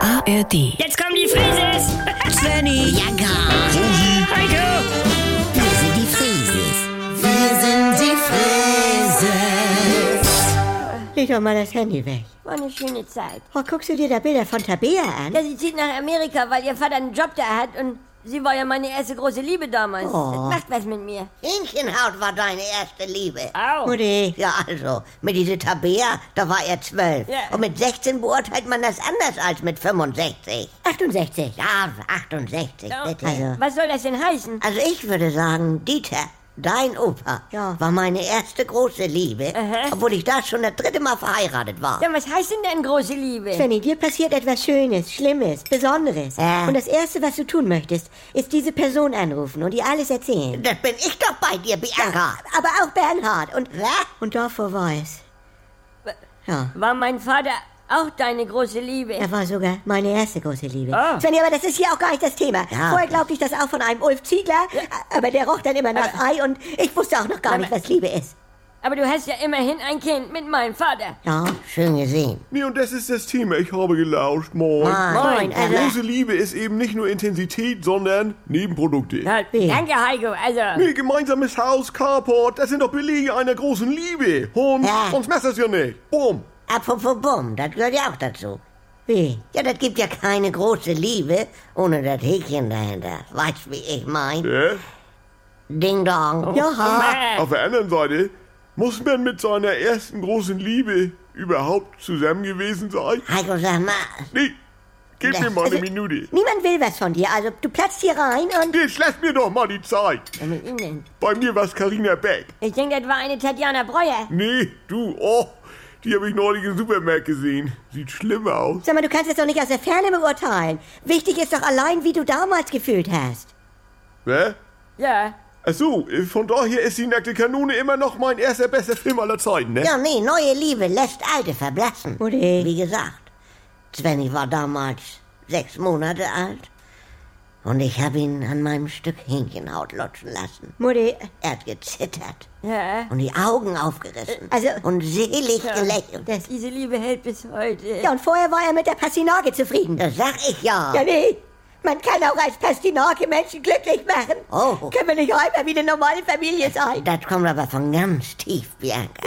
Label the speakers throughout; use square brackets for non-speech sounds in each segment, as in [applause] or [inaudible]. Speaker 1: ARD.
Speaker 2: Jetzt kommen die Frises! [laughs]
Speaker 3: Svenny.
Speaker 4: Ja, gar.
Speaker 2: Heiko!
Speaker 4: Wir sind die Frieses. Wir sind die Frieses.
Speaker 3: Leg doch mal das Handy weg.
Speaker 5: War eine schöne Zeit.
Speaker 3: Oh, guckst du dir da Bilder von Tabea an?
Speaker 5: Ja, sie zieht nach Amerika, weil ihr Vater einen Job da hat und sie war ja meine erste große Liebe damals.
Speaker 3: Oh.
Speaker 5: Das macht was mit mir.
Speaker 4: Hähnchenhaut war deine erste Liebe.
Speaker 2: Au!
Speaker 3: Mutti.
Speaker 4: Ja, also, mit dieser Tabea, da war er zwölf.
Speaker 5: Ja.
Speaker 4: Und mit 16 beurteilt man das anders als mit 65.
Speaker 3: 68.
Speaker 4: Ja, 68,
Speaker 5: Ja.
Speaker 4: bitte.
Speaker 3: Also.
Speaker 5: Was soll das denn heißen?
Speaker 4: Also ich würde sagen, Dieter, dein Opa,
Speaker 3: Ja.
Speaker 4: war meine erste große Liebe,
Speaker 5: Aha.
Speaker 4: obwohl ich da schon das dritte Mal verheiratet war.
Speaker 5: Ja, was heißt denn denn große
Speaker 4: Äh.
Speaker 5: Liebe?
Speaker 3: Svenny, dir passiert etwas Schönes, Schlimmes, Besonderes.
Speaker 4: Ja.
Speaker 3: Und das Erste, was du tun möchtest, ist diese Person anrufen und ihr alles erzählen.
Speaker 4: Das bin ich doch bei dir, Bianca.
Speaker 3: Aber auch Bernhard und...
Speaker 4: Was?
Speaker 3: Und Dorfo Weiß. Ja.
Speaker 5: War mein Vater auch deine große Liebe?
Speaker 3: Er war sogar meine erste große Liebe.
Speaker 2: Ah.
Speaker 3: Svenny, aber das ist hier auch gar nicht das Thema.
Speaker 4: Ja.
Speaker 3: Vorher glaubte ich das auch von einem Ulf Ziegler, aber der roch dann immer nach Ei und ich wusste auch noch gar nicht, was Liebe ist.
Speaker 5: Aber du hast ja immerhin ein Kind mit meinem Vater.
Speaker 3: Ja.
Speaker 4: Schön gesehen.
Speaker 6: Nee, und das ist das Thema. Ich habe gelauscht, moin.
Speaker 3: Moin, also-
Speaker 6: große Liebe ist eben nicht nur Intensität, sondern Nebenprodukte.
Speaker 2: Na,
Speaker 3: Wie?
Speaker 2: danke, Heiko. Also,
Speaker 6: Nee, gemeinsames Haus, Carport, das sind doch Belege einer großen Liebe. Und
Speaker 4: Ja.
Speaker 6: sonst machst du das ja nicht. Bumm.
Speaker 4: Apropos Bumm, das gehört ja auch dazu.
Speaker 3: Wie?
Speaker 4: Ja, das gibt ja keine große Liebe ohne das Häkchen dahinter. Weißt wie ich mein?
Speaker 6: Ja?
Speaker 4: Ding Dong.
Speaker 3: Ja.
Speaker 6: Auf der anderen Seite, muss man mit seiner ersten großen Liebe überhaupt zusammen gewesen sein?
Speaker 4: Heiko, sag mal.
Speaker 6: Nee, gib
Speaker 4: Ja,
Speaker 6: mir mal eine
Speaker 3: also-
Speaker 6: Minute.
Speaker 3: Niemand will was von dir, also du platzt hier rein und...
Speaker 6: Nee, lass mir doch mal die Zeit.
Speaker 5: Was mit ihm denn?
Speaker 6: Bei mir war's Karina Beck.
Speaker 5: Ich denke, das war eine Tatjana Breuer.
Speaker 6: Nee, du, oh, die habe ich neulich im Supermarkt gesehen. Sieht schlimm aus.
Speaker 3: Sag mal, du kannst es doch nicht aus der Ferne beurteilen. Wichtig ist doch allein, wie du damals gefühlt hast.
Speaker 6: Hä?
Speaker 5: Ja.
Speaker 6: Achso, von daher ist die nackte Kanone immer noch mein erster bester Film aller Zeiten, ne?
Speaker 4: Ja, nee, neue Liebe lässt alte verblassen.
Speaker 3: Mutti.
Speaker 4: Wie gesagt, Svenny war damals sechs Monate alt. Und ich habe ihn an meinem Stück Hähnchenhaut lutschen lassen.
Speaker 3: Mutti,
Speaker 4: Er hat gezittert
Speaker 5: Ja.
Speaker 4: und die Augen aufgerissen
Speaker 3: Also-
Speaker 4: und selig gelächelt.
Speaker 3: das...
Speaker 5: Diese Liebe hält bis heute.
Speaker 3: Ja, und vorher war er mit der Passinage zufrieden.
Speaker 4: Das sag ich ja.
Speaker 3: Ja, nee. Man kann auch als Pastinake Menschen glücklich machen.
Speaker 4: Oh.
Speaker 3: Können wir nicht auch immer wie eine normale Familie sein?
Speaker 4: Das kommt aber von ganz tief, Bianca.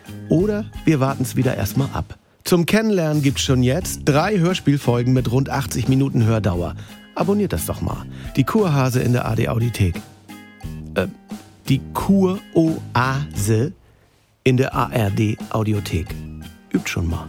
Speaker 7: Oder wir warten es wieder erstmal ab. Zum Kennenlernen gibt's schon jetzt drei Hörspielfolgen mit rund 80 Minuten Hördauer. Abonniert das doch mal. Die Kurhase in der AD Audiothek. Äh, die Kuroase in der ARD Audiothek. Übt schon mal.